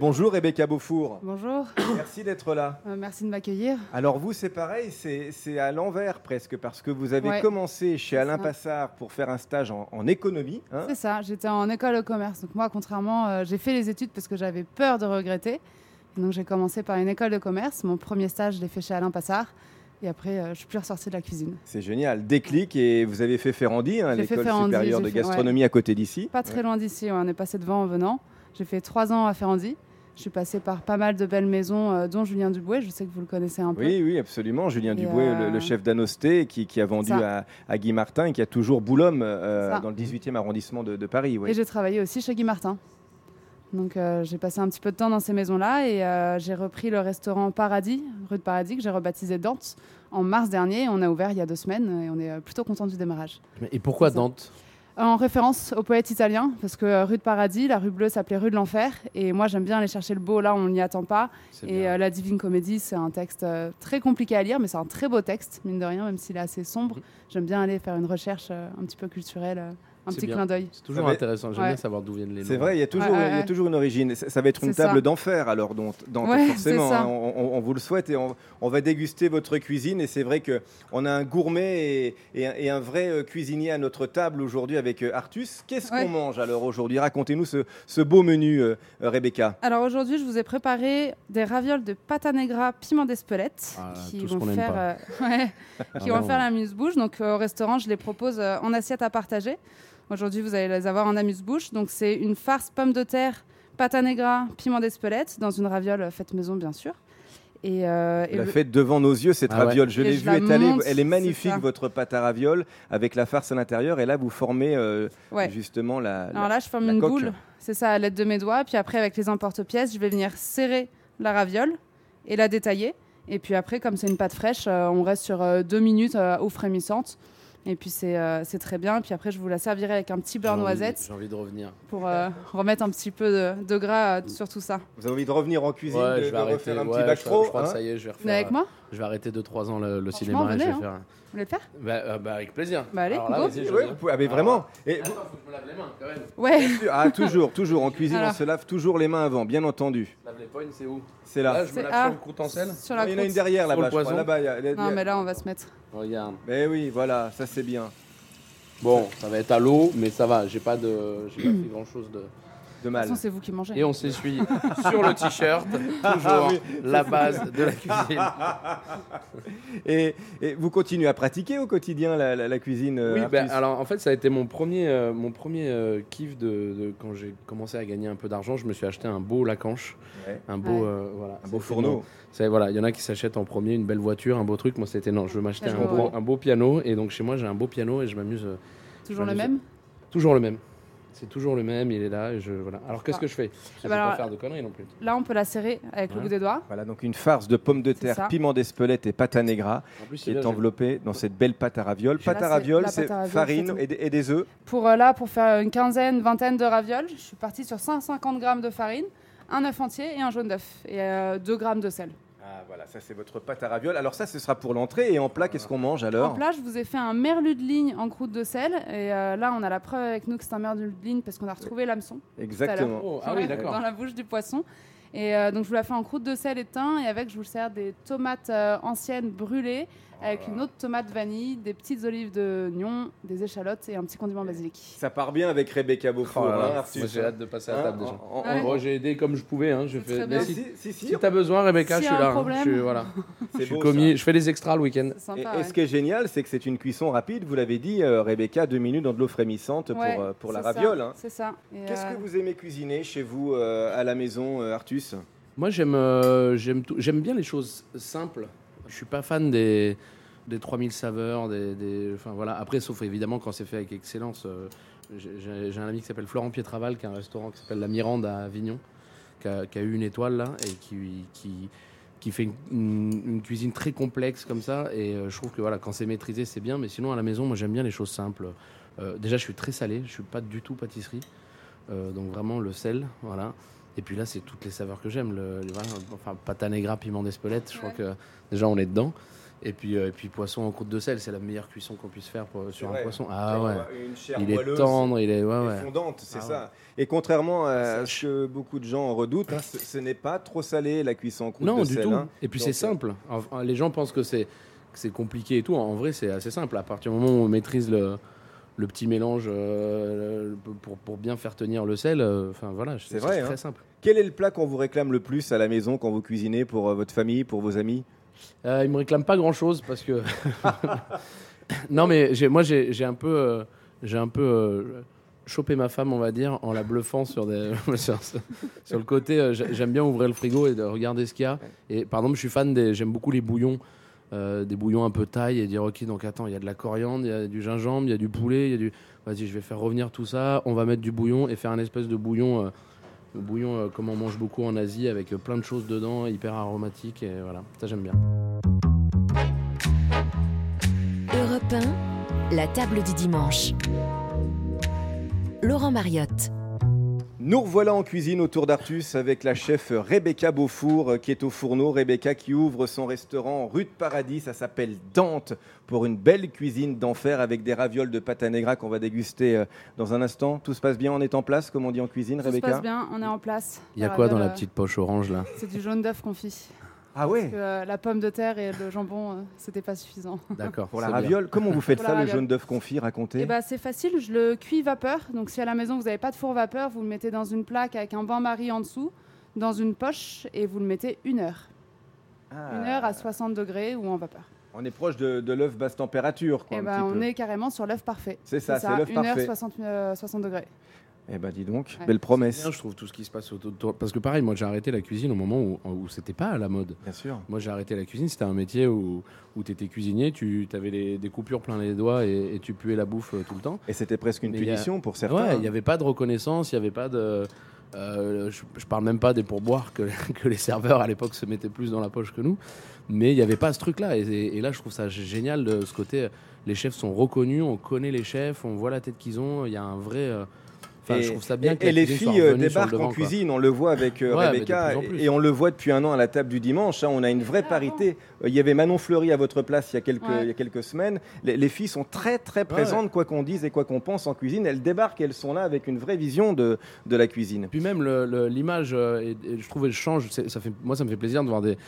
Bonjour Rebecca Beaufour, Bonjour, merci d'être là. euh, merci de m'accueillir. Alors vous c'est pareil, c'est c'est à l'envers presque, parce que vous avez Ouais. commencé chez Alain ça. Passard pour faire un stage en, en économie. hein. C'est ça, j'étais en école de commerce. Donc moi, contrairement, euh, j'ai fait les études parce que j'avais peur de regretter. Donc j'ai commencé par une école de commerce. Mon premier stage, je l'ai fait chez Alain Passard. Et après, euh, je suis plus ressortie de la cuisine. c'est génial, déclic et vous avez fait Ferrandi, hein, à J'ai fait l'école Ferrandi, supérieure j'ai de fait- ouais. gastronomie à côté d'ici. Pas très loin d'ici, ouais, on est passé devant en venant. J'ai fait trois ans à Ferrandi. Je suis passée par pas mal de belles maisons, euh, dont Julien Dubouet. Je sais que vous le connaissez un peu. Oui, oui, absolument. Julien Et Dubouet, le- le, euh, chef d'Anosté, qui, qui a vendu ça. à, à Guy Martin et qui a toujours Boulogne euh, Ça. dans le 18e arrondissement de, de Paris. oui. Et j'ai travaillé aussi chez Guy Martin. Donc euh, j'ai passé un petit peu de temps dans ces maisons-là et euh, j'ai repris le restaurant Paradis, rue de Paradis, que j'ai rebaptisé Dante en mars dernier. On a ouvert il y a deux semaines et on est euh, plutôt content du démarrage. Et pourquoi C'est ça. Dante En référence au poète italien, parce que euh, rue de Paradis, la rue bleue s'appelait rue de l'enfer et moi j'aime bien aller chercher le beau là, on n'y attend pas. C'est Et bien. euh, la Divine Comédie, c'est un texte euh, très compliqué à lire, mais c'est un très beau texte, mine de rien, même s'il est assez sombre. Mhm. J'aime bien aller faire une recherche euh, un petit peu culturelle, euh, un C'est petit bien. clin d'œil. C'est toujours Ouais. intéressant. J'aime Ouais. bien savoir d'où viennent les noms. C'est vrai, il y a toujours, Ouais, ouais, il y a ouais. toujours une origine. Ça, ça va être une C'est ça. table d'enfer, alors, dont, dont- Ouais, forcément, c'est ça. hein, on, on- on vous le souhaite et on, on va déguster votre cuisine. Et c'est vrai que on a un gourmet et, et un, et un vrai euh, cuisinier à notre table aujourd'hui avec euh, Artus. Qu'est-ce Ouais. qu'on mange alors aujourd'hui Racontez-nous ce, ce beau menu, euh, euh, Rebecca. Alors aujourd'hui, je vous ai préparé des ravioles de pâte à negra piment d'Espelette Ah, qui tout ce vont qu'on aime faire, pas. euh, ouais, Ah, qui vont non. faire la muse-bouche. Donc euh, au restaurant, je les propose euh, en assiette à partager. Aujourd'hui, vous allez les avoir en amuse-bouche. Donc c'est une farce pomme de terre, pâte à negra, piment d'Espelette dans une raviole euh, faite maison, bien sûr. Et, euh, et Vous la le- faites devant nos yeux, cette Ah ouais. raviole. Je Et l'ai je vue la étalée. monte, Elle est c'est magnifique, ça. votre pâte à raviole, avec la farce à l'intérieur. Et là, vous formez euh, ouais. justement la. la- Alors là, je forme la une coque. boule, c'est ça, à l'aide de mes doigts. Puis après, avec les emporte-pièces, je vais venir serrer la raviole et la détailler. Et puis après, comme c'est une pâte fraîche, euh, on reste sur euh, deux minutes euh, eau frémissante. Et puis c'est euh, c'est très bien. Puis après, je vous la servirai avec un petit J'ai Ah beurre envie- noisette J'ai envie de revenir. pour euh, remettre un petit peu de, de gras euh, sur tout ça. Vous avez envie de revenir en cuisine, Ouais, de, je de vais arrêter. refaire un Ouais, petit bac je, pro je crois que hein ça y est, je vais Vous refaire. venez avec moi Je vais arrêter 2-3 ans le, le Franchement, cinéma et je vais venez, faire. Vous voulez le faire Bah, euh, bah, avec plaisir. Bah, allez, Alors là, go. vas-y, je Ouais, viens. vous pouvez- ah, mais Alors, vraiment. Et Attends, faut que je me lave les mains quand même. Ouais. Ah, toujours, toujours. En cuisine, on Alors. se lave toujours les mains avant, bien entendu. Je lave les poignes, c'est où C'est Là, là. je me C'est- lave ah. sur le contentiel. Sur la il y en a une croûte. derrière Sur le là-bas, je crois. poison. Là-bas, il y a- il y a- Non, mais là, on va se mettre. Regarde. Mais oui, voilà, ça c'est bien. Bon, ça va être à l'eau, mais ça va. J'ai pas de, j'ai pas fait grand chose de. De De toute mal. façon, c'est vous qui mangez. Et on s'essuie sur le t-shirt. Ah, Toujours oui. la base de la cuisine. Et, et vous continuez à pratiquer au quotidien la, la- la cuisine euh, Oui, ben, Artus alors en fait, ça a été mon premier, euh, mon premier euh, kiff de, de- quand j'ai commencé à gagner un peu d'argent. Je me suis acheté un beau Lacanche, Ouais. un beau, Ouais. euh, voilà, Un beau C'était fourneau. mon- c'est- voilà, il y en a qui s'achètent en premier une belle voiture, un beau truc. Moi, c'était non, je veux m'acheter Je un, comprends. beau- un beau piano. Et donc chez moi, j'ai un beau piano et je m'amuse euh, Toujours je le m'amuse. même toujours le même. C'est toujours le même, il est là. Et je, voilà. Alors qu'est-ce Ah. que je fais Je Eh ben, ne vais alors- pas faire de conneries non plus. Là, on peut la serrer avec le Ouais. bout des doigts. Voilà, donc une farce de pommes de C'est terre, ça. piment d'espelette et pâte à negra En plus, qui il est est enveloppée dans cette belle pâte à ravioles. Là, Pâte à c'est ravioles, la c'est pâte à ravioles, farine c'est tout. et, des- et des œufs. Pour euh, là, pour faire une quinzaine, vingtaine de ravioles, je suis partie sur 150 grammes de farine, un œuf entier et un jaune d'œuf et euh, 2 grammes de sel. Ah voilà, ça c'est votre pâte à ravioles. Alors ça, ce sera pour l'entrée. Et en plat, qu'est-ce qu'on mange alors En plat, je vous ai fait un merlu de ligne en croûte de sel et euh, là, on a la preuve avec nous que c'est un merlu de ligne parce qu'on a retrouvé l'hameçon Exactement. Oh, ah oui, d'accord. dans la bouche du poisson. Et euh, donc, je vous la fais en croûte de sel et thym et avec, je vous le sers des tomates euh, anciennes brûlées Oh avec une autre tomate vanille, des petites olives d'oignon, des échalotes et un petit condiment basilic. Ça part bien avec Rebecca Beaufour, Oh là là, hein, Artus Moi, j'ai hâte de passer à Hein, la table déjà. en- en- Ouais. Bah, Bon, j'ai aidé comme je pouvais. Hein. Je C'est fais- très mais bien. si, Si, si, si, hein. si t'as besoin, Rebecca, S'il y je a un suis là. hein. problème. Je suis, voilà. c'est Je suis beau, commis, ça. je fais les extras le week-end. C'est sympa. Et, et ouais. ce qui est génial, c'est que c'est une cuisson rapide. Vous l'avez dit, euh, Rebecca, deux minutes dans de l'eau frémissante Ouais, pour, euh, pour la c'est ça, raviole. hein. C'est ça. Et, Qu'est-ce euh, que vous aimez cuisiner chez vous euh, à la maison, euh, Artus Moi, j'aime, euh, j'aime tout- j'aime bien les choses simples. Je suis pas fan des, des 3000 saveurs, des, des- enfin voilà. Après, sauf évidemment quand c'est fait avec excellence. euh, j'ai- j'ai j'ai un ami qui s'appelle Florent Pietraval, qui a un restaurant qui s'appelle La Mirande à Avignon, qui a, qui a eu une étoile là et qui, qui, qui fait une, une- une cuisine très complexe comme ça. Et euh, je trouve que voilà, quand c'est maîtrisé, c'est bien. Mais sinon, à la maison, moi, j'aime bien les choses simples. Euh, déjà, je suis très salé. Je suis pas du tout pâtisserie. Euh, donc vraiment le sel, voilà. Et puis là, c'est toutes les saveurs que j'aime. Le, le- voilà, enfin, pâte à negra, piment d'Espelette, je crois Ouais. que déjà on est dedans. Et puis, euh, et puis poisson en croûte de sel, c'est la meilleure cuisson qu'on puisse faire pour- sur un vrai. poisson. Ah Genre, ouais. euh, Une chair Il est moelleuse tendre, il est. Ouais, et ouais. fondante, c'est Ah ça. Et contrairement à Sèche. ce que beaucoup de gens redoutent, hein, ce, ce n'est pas trop salé la cuisson en croûte Non, de du sel, tout. hein. Et puis Donc, c'est euh, simple. Enfin, les gens pensent que c'est que c'est compliqué et tout. En vrai, c'est assez simple. À partir du moment où on maîtrise le, le petit mélange euh, le- pour, pour bien faire tenir le sel, euh, enfin voilà, C'est vrai, hein. très simple. Quel est le plat qu'on vous réclame le plus à la maison quand vous cuisinez pour euh, votre famille, pour vos amis Euh, ils me réclament pas grand chose parce que non mais j'ai- moi j'ai j'ai un peu euh, j'ai un peu euh, chopé ma femme on va dire en la bluffant sur des sur, sur- sur le côté euh, j'a- j'aime bien ouvrir le frigo et de regarder ce qu'il y a et par exemple je suis fan des j'aime beaucoup les bouillons euh, des bouillons un peu taille et dire ok donc attends il y a de la coriandre il y a du gingembre il y a du poulet il y a du vas-y je vais faire revenir tout ça on va mettre du bouillon et faire un espèce de bouillon euh, le bouillon euh, comme on mange beaucoup en Asie avec euh, plein de choses dedans hyper aromatique et voilà ça j'aime bien Europe 1, la table du dimanche. Laurent Mariotte. Nous revoilà en cuisine autour d'Artus avec la chef Rebecca Beaufour euh, qui est au fourneau. Rebecca qui ouvre son restaurant rue de Paradis, ça s'appelle Dante, pour une belle cuisine d'enfer avec des ravioles de pâte à negra qu'on va déguster euh, dans un instant. Tout se passe bien, on est en place, comme on dit en cuisine, Tout se Rebecca passe bien, on est en place. Il y a Ça quoi dans rappelle, la euh, petite poche orange là C'est du jaune d'œuf confit. Ah ouais Que, euh, la pomme de terre et le jambon, euh, c'était pas suffisant. D'accord. Pour la c'est bien. raviole, comment vous faites Pour la ça, le raviole. jaune d'œuf confit, racontez Et bah, c'est facile, je le cuis vapeur. Donc si à la maison vous n'avez pas de four vapeur, vous le mettez dans une plaque avec un bain-marie en dessous, dans une poche, et vous le mettez une heure. Ah. Une heure à 60 degrés ou en vapeur. On est proche de, de l'œuf basse température, quoi, Et un bah, petit on peu. est carrément sur l'œuf parfait. C'est ça, c'est l'œuf 1 heure parfait. 60, euh, 60 degrés. Eh ben dis donc, Ouais. belle promesse. Bien, je trouve tout ce qui se passe autour de toi. Parce que pareil, moi j'ai arrêté la cuisine au moment où, où c'était pas à la mode. Bien sûr. Moi j'ai arrêté la cuisine, c'était un métier où, où tu étais cuisinier, tu avais des coupures plein les doigts et, et tu puais la bouffe euh, tout le temps. Et c'était presque une Mais il y a- punition pour certains. Ouais, il n'y avait pas de reconnaissance, il n'y avait pas de. euh, je, je parle même pas des pourboires que, que les serveurs à l'époque se mettaient plus dans la poche que nous, mais il n'y avait pas ce truc-là. Et, et- et là, je trouve ça g- génial de ce côté. euh, Les chefs sont reconnus, on connaît les chefs, on voit la tête qu'ils ont. Il y a un vrai. euh, Enfin, Et- je trouve ça bien et- que la et les cuisine soit filles euh, revenue sur le débarquent devant, en quoi. cuisine, on le voit avec euh, Ouais, mais de Rebecca, plus en plus. et, et on le voit depuis un an à la table du dimanche. hein, on a une vraie Ah, parité. Euh, Il y avait Manon Fleury à votre place il y a quelques, Ouais. il y a quelques semaines. Les, les filles sont très très présentes, quoi qu'on dise et quoi qu'on pense en cuisine. Elles débarquent, elles sont là avec une vraie vision de, de la cuisine. Puis même le- le- l'image, euh, est- est- je trouve, elle change. C'est- Ça fait, moi, ça me fait plaisir de voir des,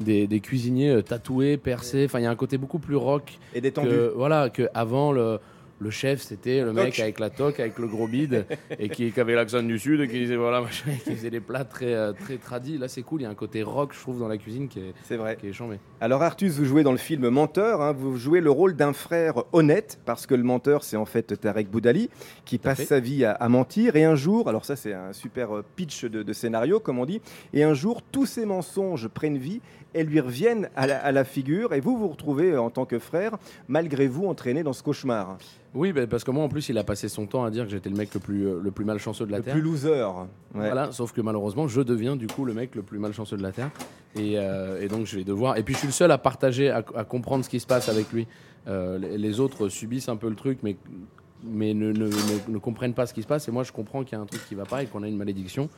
des, des cuisiniers euh, tatoués, percés. Enfin, il y a un côté beaucoup plus rock. Et détendue. que, voilà, que avant le, le chef, c'était le mec toque. avec la toque, avec le gros bide, et qui, qui avait l'accent du sud, et qui disait voilà, machin, et qui faisait des plats très, euh, très tradis. Là, c'est cool, il y a un côté rock, je trouve, dans la cuisine qui est, C'est vrai. qui est chambé. Alors Artus, vous jouez dans le film Menteur, hein, vous jouez le rôle d'un frère honnête, parce que le menteur, c'est en fait Tarek Boudali, qui Tout à passe fait. sa vie à, à mentir, et un jour, alors ça c'est un super euh, pitch de, de scénario, comme on dit, et un jour, tous ces mensonges prennent vie et lui reviennent à la, à la figure, et vous vous retrouvez euh, en tant que frère, malgré vous, entraîné dans ce cauchemar, Oui, bah, parce que moi, en plus, il a passé son temps à dire que j'étais le mec le plus, euh, le plus malchanceux de la le Terre. plus loser. Ouais. Voilà, sauf que malheureusement, je deviens du coup le mec le plus malchanceux de la Terre. Et, euh, et donc, je vais devoir. Et puis, je suis le seul à partager, à, à comprendre ce qui se passe avec lui. Euh, les, les autres subissent un peu le truc, mais, mais ne, ne- ne- ne comprennent pas ce qui se passe. Et moi, je comprends qu'il y a un truc qui va pas et qu'on a une malédiction.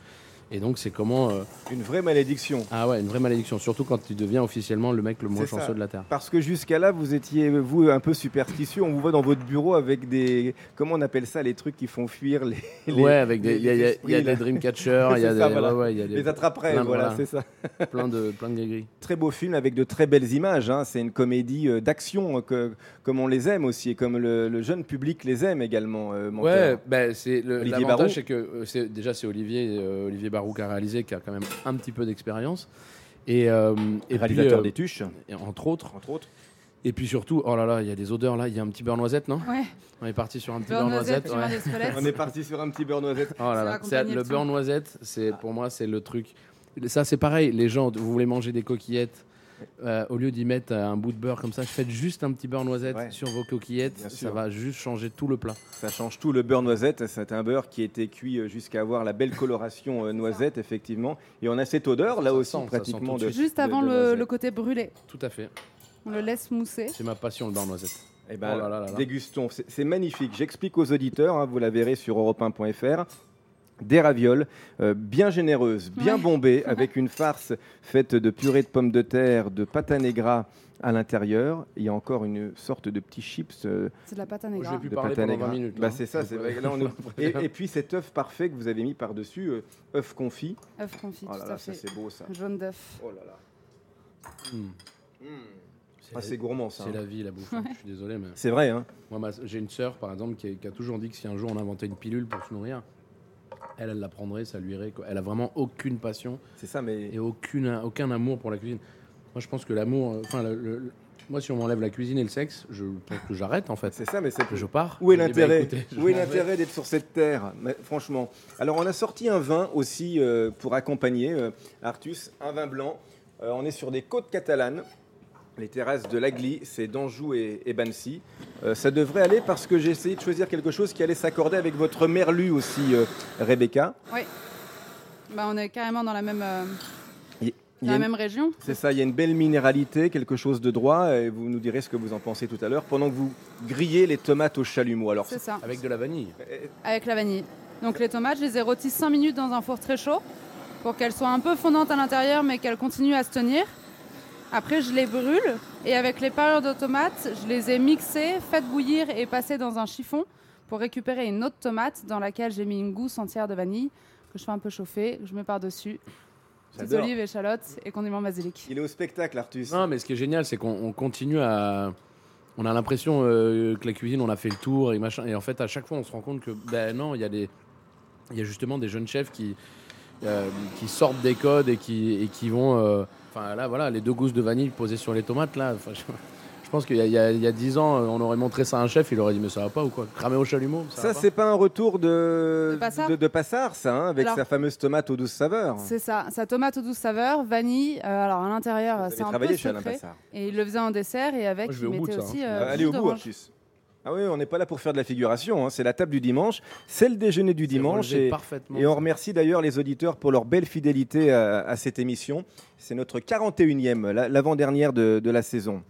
Et donc, c'est comment. euh, Une vraie malédiction. Ah ouais, une vraie malédiction. Surtout quand tu deviens officiellement le mec le moins C'est ça. chanceux de la Terre. Parce que jusqu'à là, vous étiez, vous, un peu superstitieux. On vous voit dans votre bureau avec des. Comment on appelle ça Les trucs qui font fuir les. les- ouais, avec des. Il y a, il y a- il y a esprits, là. des Dreamcatchers, il y a C'est des. ça, voilà. ouais, ouais, il y a des- Les attraperais, plein de- voilà, voilà. c'est ça. plein de, plein de gris Très beau film avec de très belles images. hein. C'est une comédie euh, d'action euh, que- comme on les aime aussi et comme le, le jeune public les aime également. euh, Menteur. Ouais, ben c'est le- Olivier Barou. l'avantage c'est que euh, c'est déjà c'est Olivier euh, Olivier Barou qui a réalisé qui a quand même un petit peu d'expérience et euh, et Réalisateur puis, des Tuches, euh, et entre autres entre autres. et puis surtout oh là là il y a des odeurs là il y a un petit beurre noisette non Ouais, on est parti sur un petit beurre beurre noisette, noisette piment ouais. d'Espelette. On est parti sur un petit beurre noisette. oh là Ça là va c'est accompagner le le beurre tout. noisette c'est pour moi c'est le truc ça c'est pareil les gens vous voulez manger des coquillettes euh, au lieu d'y mettre euh, un bout de beurre comme ça, faites juste un petit beurre noisette Ouais. sur vos coquillettes. Bien Ça sûr. va juste changer tout le plat. Ça change tout. Le beurre noisette, c'est un beurre qui était cuit euh, jusqu'à avoir la belle coloration euh, noisette, effectivement. Et on a cette odeur là Ça aussi sent, ça sent pratiquement tout de de. suite. Juste de- avant de le, noisette. le côté brûlé. Tout à fait. On le laisse mousser. C'est ma passion, le beurre noisette. Eh ben, Oh là là là là. Dégustons, c'est c'est magnifique. J'explique aux auditeurs, hein, vous la verrez sur europe1.fr. Des ravioles euh, bien généreuses, bien Ouais. bombées, avec une farce faite de purée de pommes de terre, de pâte à negra, à l'intérieur, il y a encore une sorte de petit chips euh, C'est de la pâte à Moi, négra. j'ai pu de parler pâte à pendant 20 négra. minutes. Bah, là. c'est ça, Donc, c'est euh, vrai, là, on est- Et, et puis cet œuf parfait que vous avez mis par-dessus, euh, œuf confit. œuf confit, Oh là tout à là, ça fait. c'est beau ça. Jaune d'œuf. Oh là là. Hmm. Ah, C'est c'est la- gourmand ça. c'est hein. la vie, la bouffe. hein. Je suis désolé, mais C'est vrai, hein moi, ma- j'ai une sœur, par exemple, qui, qui a toujours dit que si un jour on inventait une pilule pour se nourrir, elle, elle la prendrait, ça lui irait. quoi. Elle a vraiment aucune passion c'est ça, mais et aucune, aucun amour pour la cuisine. Moi, je pense que l'amour, euh, enfin, le- le- le- moi, si on m'enlève la cuisine et le sexe, je pense que j'arrête en fait. c'est ça, mais c'est Je pars. Où est Je dis, bah, l'intérêt écoutez, je Où est m'en vais. l'intérêt d'être sur cette terre Mais Franchement. Alors, on a sorti un vin aussi euh, pour accompagner euh, Artus, un vin blanc. Euh, on est sur des côtes catalanes. Les terrasses de l'Agli, c'est d'Anjou et, et Bancy. Euh, ça devrait aller parce que j'ai essayé de choisir quelque chose qui allait s'accorder avec votre merlu aussi, euh, Rebecca. Bah, on est carrément dans la même, euh, Il dans y a la une- même région. C'est ça, il y a une belle minéralité, quelque chose de droit, et vous nous direz ce que vous en pensez tout à l'heure pendant que vous grillez les tomates au chalumeau. Alors, C'est ça. Avec de la vanille. euh, avec la vanille. Donc les tomates, je les ai rôties 5 minutes dans un four très chaud pour qu'elles soient un peu fondantes à l'intérieur mais qu'elles continuent à se tenir. Après, je les brûle et avec les parures de tomates, je les ai mixées, faites bouillir et passées dans un chiffon pour récupérer une autre tomate dans laquelle j'ai mis une gousse entière de vanille que je fais un peu chauffer, que je mets par-dessus, petites j'adore. olives, échalotes et condiments basilic. Il est au spectacle, Artus. Non, mais ce qui est génial, c'est qu'on on continue à. On a l'impression euh, que la cuisine, on a fait le tour et machin. Et en fait, à chaque fois, on se rend compte que, ben non, il y a des. Il y a justement des jeunes chefs qui, euh, qui sortent des codes et qui, et qui vont. euh, Enfin, là, voilà, les deux gousses de vanille posées sur les tomates, là. enfin, Je, je pense qu'il y a- il y a il y a dix ans, on aurait montré ça à un chef, il aurait dit, mais ça va pas ou quoi Cramer au chalumeau Ça, Ça, va pas c'est pas un retour de, De Passard de, de Passard, ça, hein, avec Alors- sa fameuse tomate aux douces saveurs. C'est ça, sa tomate aux douces saveurs, vanille. euh, alors à Vous l'intérieur, avez c'est un travaillé peu chez Alain sucré. Passard. Et il le faisait en dessert et avec, Moi, je vais il au bout de mettait ça, hein. aussi. Ah, euh, allez jus au bout, d'orange. Artus. Ah oui, on n'est pas là pour faire de la figuration, hein, c'est la table du dimanche, c'est le déjeuner du C'est dimanche. relevé Et, parfaitement. et on remercie d'ailleurs les auditeurs pour leur belle fidélité à, à cette émission. C'est notre 41e, la- l'avant-dernière de, de la saison.